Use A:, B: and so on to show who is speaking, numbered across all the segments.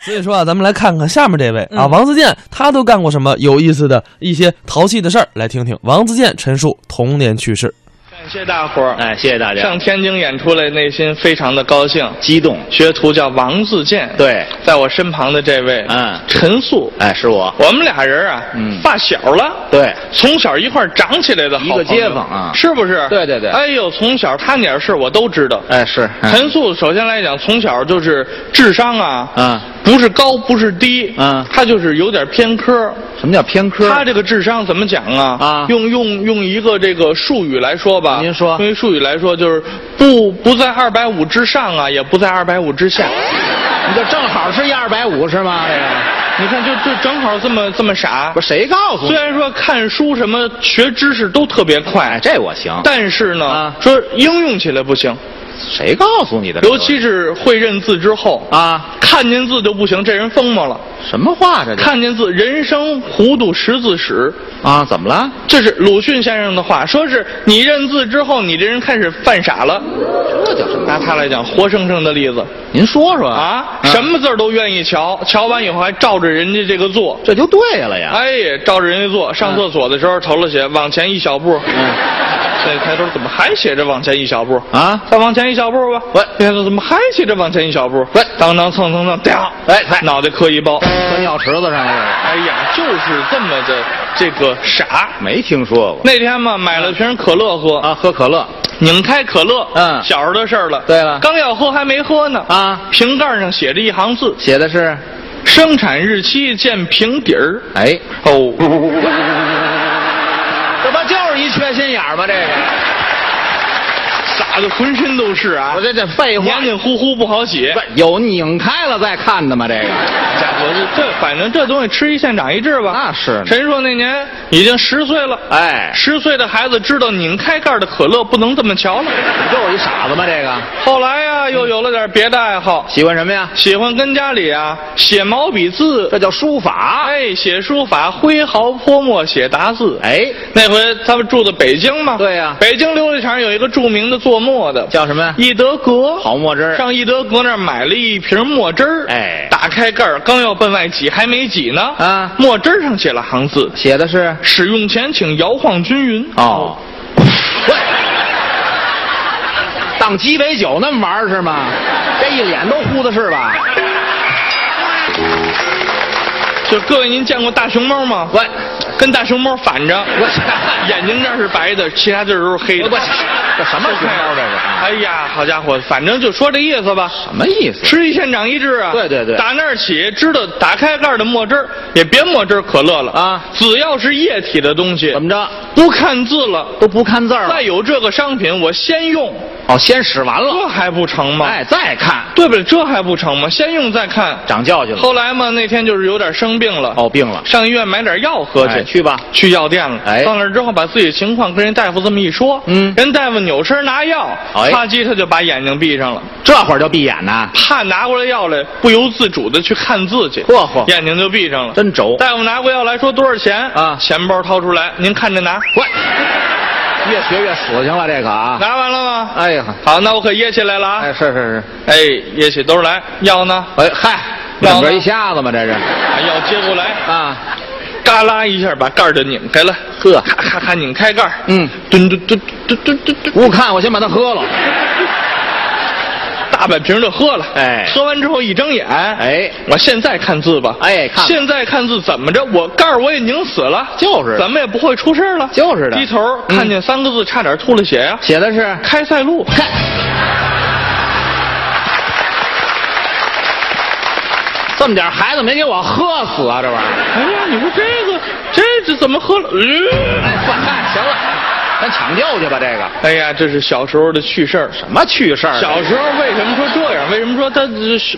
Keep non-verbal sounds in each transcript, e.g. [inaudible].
A: 所以说啊，咱们来看看下面这位啊，
B: 嗯
A: 王自健，他都干过什么有意思的一些淘气的事儿？来听听王自健陈述童年趣事。
C: 感谢大伙儿，
D: 哎，谢谢大家
C: 上。天津演出来，内心非常的高兴。
D: 激动，
C: 学徒叫王自健，，
D: 对，
C: 在我身旁的这位，
D: 嗯
C: 陈素，
D: 哎，是我，
C: 我们俩人啊，
D: 嗯
C: 发小了，
D: 对，
C: 从小一块儿长起来的好朋友
D: 一个街坊啊
C: 是不是？
D: 对对对
C: 哎呦，从小他哪儿事我都知道。
D: 哎是，
C: 陈素首先来讲，从小就是智商啊，
D: 嗯，
C: 不是高不是低，
D: 嗯
C: 他就是有点偏科。
D: 什么叫偏科？
C: 他这个智商怎么讲啊？
D: 啊
C: 用用用一个这个术语来说吧。
D: 您说
C: 用一术语来说就是不不在二百五之上啊，也不在二百五之下，
D: 你就正好是一二百五是吗？这个
C: 你看就就正好这么这么傻
D: 不。是谁告诉
C: 虽
D: 你？
C: 然说看书什么学知识都特别快
D: 哎，，这我行。
C: 但是呢，
D: 啊
C: 说应用起来不行，
D: 谁告诉你的？
C: 尤其是会认字之后，
D: 啊，
C: 看见字就不行，这人疯魔了。
D: 什么话这叫
C: 看见字，人生糊涂识字史。
D: 啊？怎么了？
C: 这是鲁迅先生的话，说是你认字之后，你这人开始犯傻了。
D: 这叫什么？
C: 拿他来讲，活生生的例子
D: 您说说
C: 啊，
D: 嗯
C: 什么字儿都愿意瞧，瞧完以后还照着人家这个做，
D: 这就对了呀。
C: 哎，照着人家做。
D: 嗯
C: 上厕所的时候投了血，往前一小步，再抬头怎么还写着往前一小步？
D: 啊，
C: 再往前一小步吧，
D: 喂
C: 哎，怎么还写着往前一小步？
D: 喂
C: 当当蹭蹭蹭，啪，
D: 哎哎
C: 脑袋磕一包。
D: 和尿池子上了，
C: 哎呀，就是这么的这个傻。
D: 没听说过
C: 那天嘛，买了瓶可乐喝，
D: 啊？喝可乐
C: 拧开可乐，
D: 嗯
C: 小时候的事儿了。
D: 对了
C: 刚要喝还没喝呢，
D: 啊？
C: 瓶盖上写着一行字：
D: 写的是
C: 生产日期见瓶底儿。
D: 哎，
C: 哦，
D: 这不就是一缺心眼儿 [laughs] 吗？这个
C: 傻的浑身都是啊
D: 我，这这废话
C: 黏，黏糊糊不好洗。
D: [laughs] 不有拧开了再看的吗？这
C: [laughs]
D: 个
C: 家伙，这这反正这东西吃一堑长一智吧。
D: 那是呢
C: 陈硕那年已经十岁了，
D: 啊哎
C: 十岁的孩子知道拧开盖的可乐不能这么瞧了。
D: 就是一傻子吗？这个
C: 后来呀、又有了点别的爱好，
D: 喜欢什么呀？
C: 喜欢跟家里啊写毛笔字，
D: 这叫书法。
C: 哎，写书法，挥毫泼墨写达字。
D: 哎，
C: 那回他们住的北京嘛，
D: 对呀
C: 北京琉璃厂有一个著名的做墨的，
D: 叫什么呀？
C: 易德阁。
D: 好墨汁儿。
C: 上易德阁那儿买了一瓶墨汁儿，
D: 哎
C: 打开盖儿，刚要奔外挤，还没挤呢，
D: 啊
C: 墨汁儿上写了行字：
D: 写的是
C: 使用前请摇晃均匀。
D: 哦，喂，当鸡尾酒那么玩儿是吗？这一脸都糊的是吧？
C: 就各位您见过大熊猫吗？
D: 喂，
C: 跟大熊猫反着，
D: 我
C: 眼睛这儿是白的，其他地儿都是黑的。
D: 我这什么熊猫这是啊
C: 哎呀，好家伙，反正就说这意思吧。
D: 什么意思？
C: 吃一堑长一智啊！
D: 对对对
C: 打那儿起，知道打开盖儿的墨汁儿，也别墨汁儿可乐了
D: 啊
C: 只要是液体的东西，
D: 怎么着
C: 不看字了，
D: 都不看字儿
C: 再
D: 了？
C: 有这个商品，我先用，
D: 哦，先使完了，
C: 这还不成吗？
D: 哎，，再看，
C: 对不对？这还不成吗？先用再看。
D: 长教训了。
C: 后来嘛，那天就是有点生病了，
D: 哦，病了，
C: 上医院买点药喝去，
D: 哎去吧
C: 去药店了。
D: 哎
C: 到那儿之后把自己情况跟人大夫这么一说，
D: 嗯
C: 人大夫扭身拿药，
D: 哎
C: 啪叽他就把眼睛闭上了，
D: 这会儿就闭眼呐，
C: 怕拿过来药来不由自主的去看自己，
D: 嚯嚯
C: 眼睛就闭上了。
D: 真轴。
C: 大夫拿过药来说多少钱
D: 啊
C: 钱包掏出来，您看着拿，
D: 喂，越学越死性了，这个啊。
C: 拿完了吗？
D: 哎呀，
C: 好，那我可掖起来了啊。
D: 哎，是是是，
C: 哎，掖起兜来，药呢？
D: 哎嗨，
C: 要
D: 两
C: 吗
D: 边一瞎子嘛，这是
C: 把药接过来，
D: 啊，
C: 嘎啦一下把盖儿就拧开了，
D: 呵
C: 咔咔咔拧开盖儿，
D: 嗯，
C: 蹲蹲蹲蹲蹲蹲蹲，
D: 不看我先把它喝了。
C: 大半瓶就喝了。
D: 哎
C: 喝完之后一睁眼，
D: 哎，
C: 我现在看字吧。
D: 哎看吧
C: 现在看字怎么着？我盖儿我也拧死了，
D: 就是
C: 怎么也不会出事儿了。
D: 就是的
C: 低头
D: 嗯
C: 看见三个字，差点吐了血呀。
D: 写的是
C: 开塞露，
D: 这么点儿孩子没给我喝死啊！这玩意儿，
C: 哎呀，你说这个这这怎么喝了？呃
D: 哎，算了，行了，咱抢救去吧。这个
C: 哎呀，这是小时候的趣事儿。
D: 什么趣事儿？啊
C: 小时候为什么说这样？为什么说他呃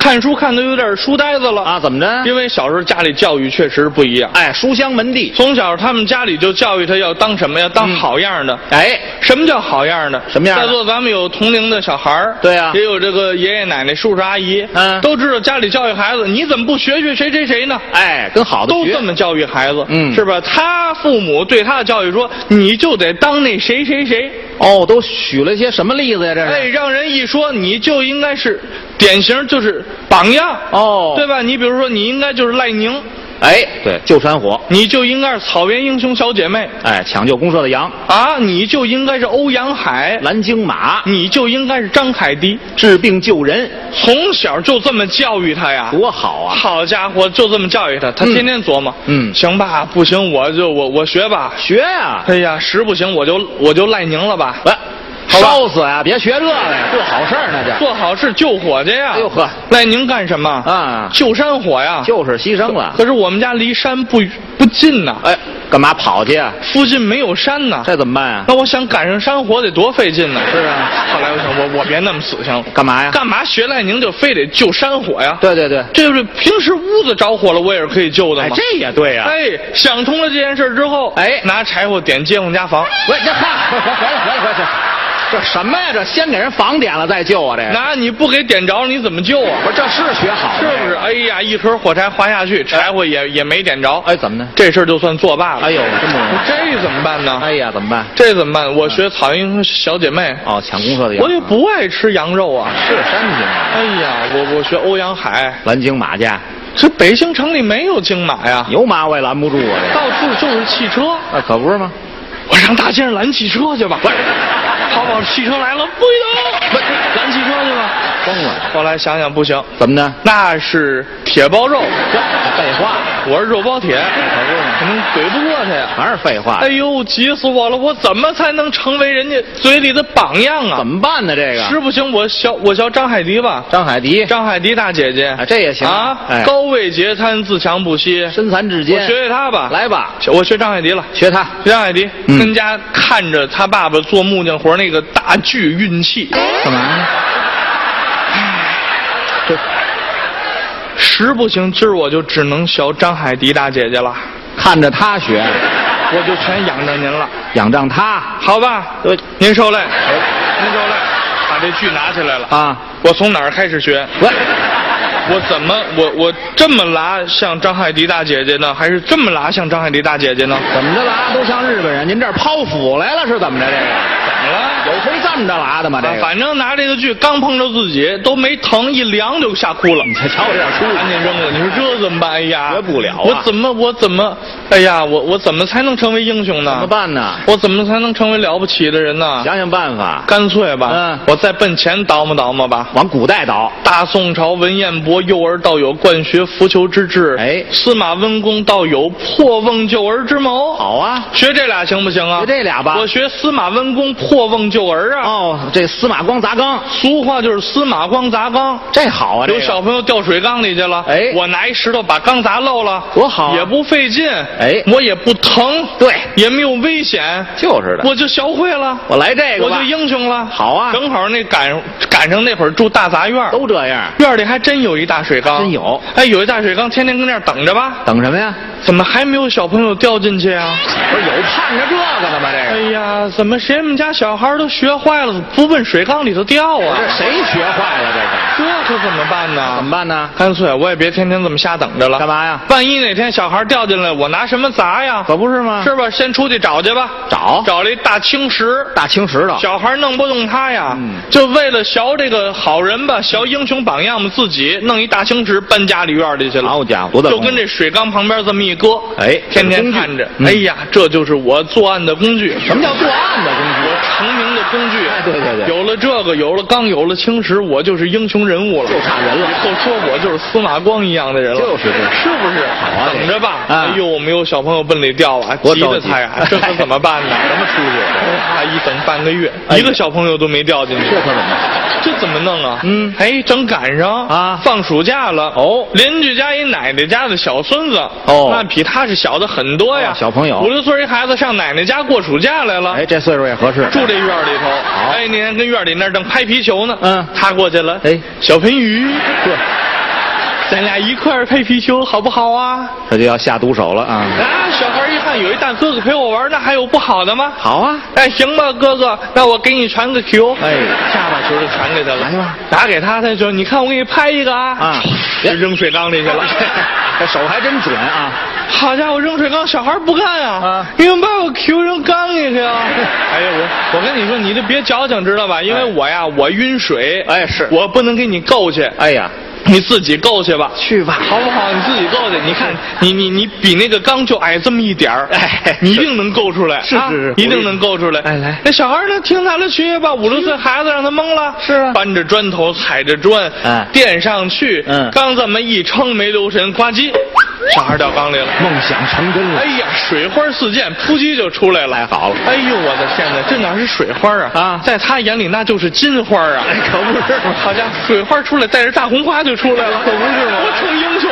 C: 看书看的有点书呆子了
D: 啊，？怎么着？
C: 因为小时候家里教育确实不一样，
D: 哎，书香门第。
C: 从小他们家里就教育他要当什么呀？
D: 嗯
C: 当好样的。
D: 哎，
C: 什么叫好样的？
D: 什么样的
C: 在座咱们有同龄的小孩儿，
D: 对啊
C: 也有这个爷爷奶奶、叔叔阿姨，
D: 嗯
C: 都知道家里教育孩子，你怎么不学学谁谁谁呢？
D: 哎，跟好的
C: 都
D: 学
C: 这么教育孩子，
D: 嗯
C: 是吧？他父母对他的教育说，你就得当那谁谁谁，
D: 哦，都举了些什么例子呀？这是、
C: 哎，让人一说你就应该是典型，就是榜样，
D: 哦，
C: 对？吧？你比如说，你应该就是赖宁，
D: 哎，对，救山火，
C: 你就应该是草原英雄小姐妹
D: 哎，抢救公社的羊，
C: 啊，你就应该是欧阳海，
D: 蓝鲸马，
C: 你就应该是张凯迪，
D: 治病救人，
C: 从小就这么教育他呀。
D: 多好啊！
C: 好家伙，就这么教育他，他
D: 嗯
C: 天天琢磨，
D: 嗯
C: 行吧，不行我就我我学吧，
D: 学呀、
C: 哎呀，实不行我就我就赖宁了吧，
D: 喂，
C: 好吧
D: 烧死呀！别学这个呀，做好事儿呢这。
C: 做好事救火去呀。
D: 哎呦呵，
C: 赖宁干什么？
D: 啊，
C: 救山火呀。
D: 就是牺牲了。
C: 可是我们家离山不不近呐、
D: 哎，干嘛跑去啊？
C: 附近没有山呐、
D: 这怎么办呀、
C: 那我想赶上山火得多费劲呢、
D: 是啊，
C: 后来我想，我我别那么死性了，
D: 干嘛呀？
C: 干嘛学赖宁就非得救山火呀？
D: 对对对，
C: 这就是平时屋子着火了，我也是可以救的
D: 哎，
C: 嘛。
D: 这也对呀、
C: 哎，想通了这件事之后，
D: 哎
C: 拿柴火点街坊家房，
D: 喂，这嗨，回回回来回来回来，这什么呀？这先给人房点了再救啊？这个
C: 那你不给点着你怎么救啊？
D: 不是这是学好
C: 是
D: 了
C: 不是？？哎呀，一盒火柴划下去，柴火也也没点着，
D: 哎，怎么呢？
C: 这事儿就算作罢了。
D: 哎呦，这么
C: 这怎么办呢？
D: 哎呀，怎么办？
C: 这怎么办？我学草原小姐妹，
D: 哦，抢公社的羊，
C: 我也不爱吃羊肉啊。
D: 是山精啊，
C: 哎呀，我我学欧阳海，
D: 蓝鲸马去，
C: 这北京城里没有京马呀，
D: 有马我也拦不住啊！这个
C: 到处就是汽车。
D: 那啊可不是吗？
C: 我上大街上拦汽车去吧。淘宝汽车来了，不许动，拦汽车去吧。
D: 疯了，
C: 后来想想不行，
D: 怎么呢？
C: 那是铁包肉，
D: 废话，
C: 我是肉包铁，
D: 可不是吗？
C: 可能怼不过他呀。
D: 还是废话。
C: 哎呦，急死我了！我怎么才能成为人家嘴里的榜样啊
D: 怎？么办呢？这个
C: 实不行，我学我学张海迪吧。
D: 张海迪，
C: 张海迪大姐姐，
D: 啊这也行
C: 啊！
D: 哎
C: 高位截瘫，自强不息。
D: 身残志
C: 我
D: 坚，
C: 学学他吧，，
D: 来吧，
C: 我学张海迪了。
D: 学他。
C: 学张海迪
D: 嗯
C: 跟家看着他爸爸做木匠活那个大巨运气，
D: 干嘛呀？这
C: 实不行，今儿我就只能学张海迪大姐姐了，
D: 看着他学，
C: [laughs] 我就全仰仗您了，
D: 仰仗他。
C: 好吧？
D: 对
C: 您受累，您受累，把这剧拿起来了。
D: 啊，
C: 我从哪儿开始学？ [laughs]
D: 喂，
C: 我怎么我我这么拉像张海迪大姐姐呢？还是这么拉像张海迪大姐姐呢？
D: 怎么着了啊？都像日本人，您这儿剖腹来了是怎么着？这个
C: 怎么了？
D: 有非这么着拉的吗？这
C: 啊，
D: 个，
C: 反正拿这个锯刚碰着自己都没疼，一凉就吓哭了。
D: 你瞧我这点出
C: 赶紧扔了！你说这怎么办？哎呀，
D: 学不了啊
C: 我怎么我怎么？哎呀，我我怎么才能成为英雄呢？
D: 怎么？办呢？
C: 我怎么才能成为了不起的人呢？
D: 想想办法，
C: 干脆吧，
D: 嗯
C: 我再奔前倒磨倒磨吧。
D: 往古代倒。
C: 大宋朝文彦博幼而道有惯学扶求之志，
D: 哎
C: 司马温公道有破瓮救儿之谋。，
D: 好啊，
C: 学这俩行不行啊？
D: 学这俩吧
C: 我学司马温公破瓮救儿啊。
D: 哦，这司马光砸缸，
C: 俗话就是司马光砸缸，
D: 这好啊，这
C: 有
D: 个
C: 小朋友掉水缸里去了，
D: 哎
C: 我拿一石头把缸砸漏了，
D: 多好啊
C: 也不费劲，
D: 哎
C: 我也不疼，
D: 对，
C: 也没有危险，
D: 就是的。
C: 我就学会了，
D: 我来这个
C: 我
D: 吧
C: 就英雄了。
D: 好啊
C: 正好那赶赶上那会儿住大杂院，
D: 都这样，
C: 院里还真有一大水缸，
D: 真有。
C: 哎，有一大水缸，天天跟那儿等着吧，
D: 等什么呀？
C: 怎么还没有小朋友掉进去啊？
D: 不是有盼着这个的吗？这
C: 哎
D: 个
C: 呀，怎么谁们家小孩都学坏了，不奔水缸里头掉啊？
D: 这谁学坏了？这个
C: 这可怎么办呢？
D: 怎么办呢？
C: 干脆我也别天天这么瞎等着了。
D: 干？嘛呀？
C: 万一哪天小孩掉进来，我拿什么砸呀？
D: 可不是吗？
C: 是吧？先出去找去吧。
D: 找
C: 找了一大青石，
D: 大青石头，
C: 小孩弄不动他呀。
D: 啊嗯
C: 就为了学这个好人吧，学英雄榜样嘛，自己弄一大青石搬家里院里去了。
D: 好家伙，多大
C: 就
D: 功夫
C: 跟这水缸旁边这么一搁，
D: 哎这是
C: 天
D: 工
C: 天
D: 具
C: 看着，
D: 嗯
C: 哎呀，这就是我作案的工具。
D: 什么叫作案的工具？
C: 我成名的工具。
D: 哎对对对
C: 有了这个，有了钢，有了青石，我就是英雄人物了。
D: 就差人了
C: 以后说我就是司马光一样的人了。
D: 就是这
C: 是不是？
D: 啊
C: 等着吧。
D: 这个啊
C: 哎呦，我们有小朋友奔里掉啊，
D: 多
C: 急
D: 着
C: 得
D: 急 [laughs]
C: 他呀，这可怎么办呢？
D: 怎么出去？
C: 啊，一等半个月，
D: 哎呀
C: 一个小朋友都没掉进去，
D: 这可怎么办？
C: 这怎么弄啊？
D: 嗯
C: 哎，正赶上
D: 啊
C: 放暑假了。
D: 哦
C: 邻居家一奶奶家的小孙子，
D: 哦
C: 那比他是小的很多呀。
D: 哦小朋友
C: 五六岁一孩子上奶奶家过暑假来了。
D: 哎，这岁数也合适。
C: 住这院里头，哎，那天跟院里那儿正拍皮球呢，
D: 嗯
C: 他过去了，
D: 哎
C: 小盆鱼，
D: 这
C: 咱俩一块儿拍皮球好不好啊？
D: 这就要下毒手了啊！
C: 啊，小孩一看有一大哥哥陪我玩，那还有不好的吗？
D: 好啊，
C: 哎，行吧，哥哥，那我给你传个球，
D: 哎 [laughs]
C: 下把球就传给他了，
D: 来吧，
C: 拿给他，他就 [laughs] 说你看我给你拍一个啊，
D: 啊，
C: 就扔水缸里去了。
D: 这手还真准啊！
C: [laughs] 好家伙，扔水缸，小孩不干呀、
D: 啊
C: 你们把我 Q 扔缸里去 [laughs] 啊！
D: 哎呀，我
C: 我跟你说，你这别矫情，知道吧？因为
D: 哎
C: 我呀，我晕水，
D: 哎是
C: 我不能给你够去，
D: 哎呀，
C: 你自己够去吧，
D: 去吧，
C: 好不好？你自己够去，你看，你你你比那个缸就矮这么一点儿，
D: 哎 [laughs]
C: 你一定能够出来，
D: 是
C: 啊
D: 是是
C: 一定能够出来。
D: 哎来
C: [laughs] 那小孩儿呢，听他的去吧，五六岁孩子让他蒙了，
D: 啊是啊
C: 搬着砖头，踩着砖，
D: 哎
C: 垫上去，
D: 嗯
C: 刚这么一撑，没留神，呱唧，小孩儿掉缸里了。
D: 梦想成真了
C: 哎。呀，水花四溅，扑叽就出来了。
D: 太好了
C: 哎呦，我的天哪，这哪是水花啊？
D: 啊
C: 在他眼里那就是金花啊！
D: 哎可不是嘛
C: [laughs] 好家伙，水花出来带着大红花就出来了，
D: 可不是嘛
C: 我成英雄，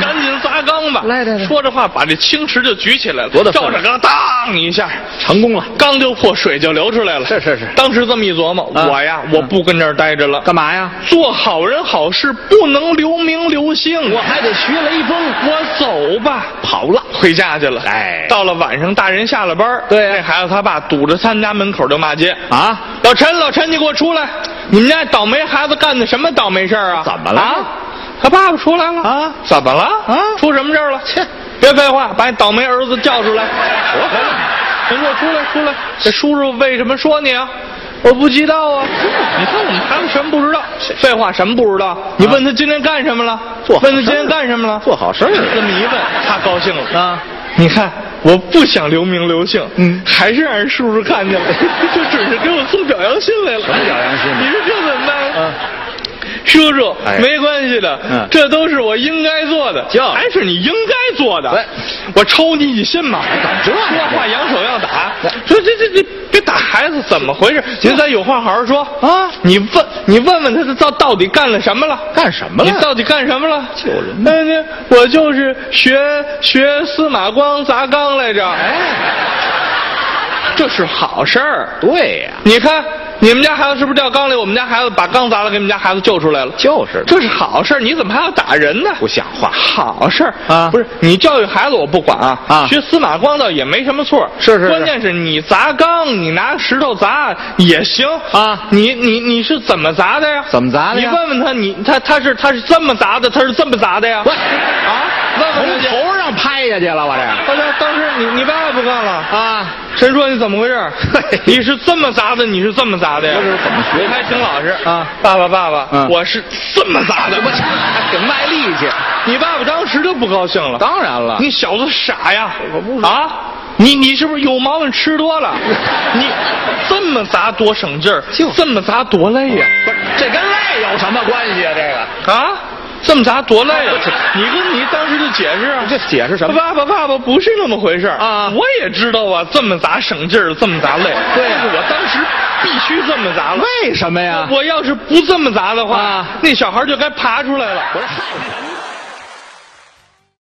C: 赶紧砸缸吧！
D: 来来来
C: 说着话把这青池就举起来了，
D: 多大份
C: 照
D: 儿
C: 着缸当一下。
D: 成功了，
C: 缸就破，水就流出来了。
D: 是是是
C: 当时这么一琢磨，
D: 啊
C: 我呀，我不跟这儿待着了，
D: 干嘛呀？
C: 做好人好事不能留名留姓啊。
D: 我还得学雷锋，
C: 我走吧，
D: 跑了
C: 回家去了。
D: 哎
C: 到了晚上，大人下了班儿
D: 对呀
C: 那孩子他爸堵着他们家门口就骂街。
D: 啊！
C: 老陈，老陈，你给我出来！你们家倒霉孩子干的什么倒霉事儿啊？
D: 怎么了
C: 啊他爸爸出来了
D: 啊
C: 怎么了？
D: 啊
C: 出什么事儿了？切，别废话，把你倒霉儿子叫出来！我你给我出来，出来！这叔叔为什么说你啊？我不知道啊！ [laughs] 你看我们孩子什么不知道？啊废话，什么不知道？你问他今天干什么了？
D: 做好
C: 问他
D: 事
C: 今天
D: 儿
C: 干什么了？
D: 做好事儿
C: 这么一问，他高兴了
D: 啊！
C: 你看，我不想留名留姓，
D: 嗯
C: 还是让人叔叔看见了， [laughs] 就准是给我送表扬信来了。
D: 什么表扬信呢
C: 你说这怎么办？
D: 嗯
C: 叔叔，
D: 哎
C: 没关系的，
D: 嗯
C: 这都是我应该做的，
D: 就
C: 还是你应该做的。
D: 对
C: 我抽你一心嘛，
D: 怎么这样哎
C: 说话扬手要打
D: 对，
C: 说这这这别打孩子，怎么回事？您咱有话好好说
D: 哎啊
C: 你问你问问他，他到到底干了什么了？
D: 干什么了
C: 你到底干什么了？
D: 救人
C: 哎，那我就是学学司马光砸缸来着。
D: 哎，
C: 这是好事儿。
D: 对呀、
C: 你看，你们家孩子是不是掉缸里？我们家孩子把缸砸了，给你们家孩子救出来了。
D: 就是
C: 这是好事儿，你怎么还要打人呢？
D: 不像话。
C: 好事儿
D: 啊
C: 不是你教育孩子我不管啊，
D: 啊
C: 学司马光倒也没什么错，
D: 是是是
C: 关键是你砸缸，你拿石头砸也行
D: 啊
C: 你你你是怎么砸的呀？
D: 怎么砸的
C: 你
D: 呀
C: 问问他，你他他是他是这么砸的，他是这么砸的呀？
D: 喂哎
C: 啊，问
D: 从
C: 问他去。
D: 头上拍下去了，我这
C: 好像当时你你爸爸不干了
D: 啊，
C: 陈说你怎么
D: [laughs]
C: 回事
D: 嘿？
C: 你是这么砸的，你是这么砸的呀？
D: 我是怎么学的
C: 我还挺老实
D: 啊
C: 爸爸爸爸，
D: 嗯
C: 我是这么砸的。
D: [laughs] 还挺卖力气。
C: 你爸爸当时就不高兴了。
D: 当然了，
C: 你小子傻呀！
D: 啊我不是
C: 啊，你你是不是有毛病？吃
D: [laughs]
C: 多了，你这么砸多省劲儿，
D: 就是
C: 这么砸多累呀！
D: 不是这跟累有什么关系啊？这个
C: 啊，这么砸多累
D: [laughs]
C: 呀
D: 不是！
C: 你跟你当时就解释啊，
D: 这解释什么？
C: 爸爸，爸爸不是那么回事儿
D: 啊
C: 我也知道啊，这么砸省劲儿，这么砸累。
D: 对啊
C: 但是我当时必须这么砸了。
D: 为什么呀？
C: 我要是不这么砸的话，
D: 啊
C: 那小孩就该爬出来了。
D: 不是害人。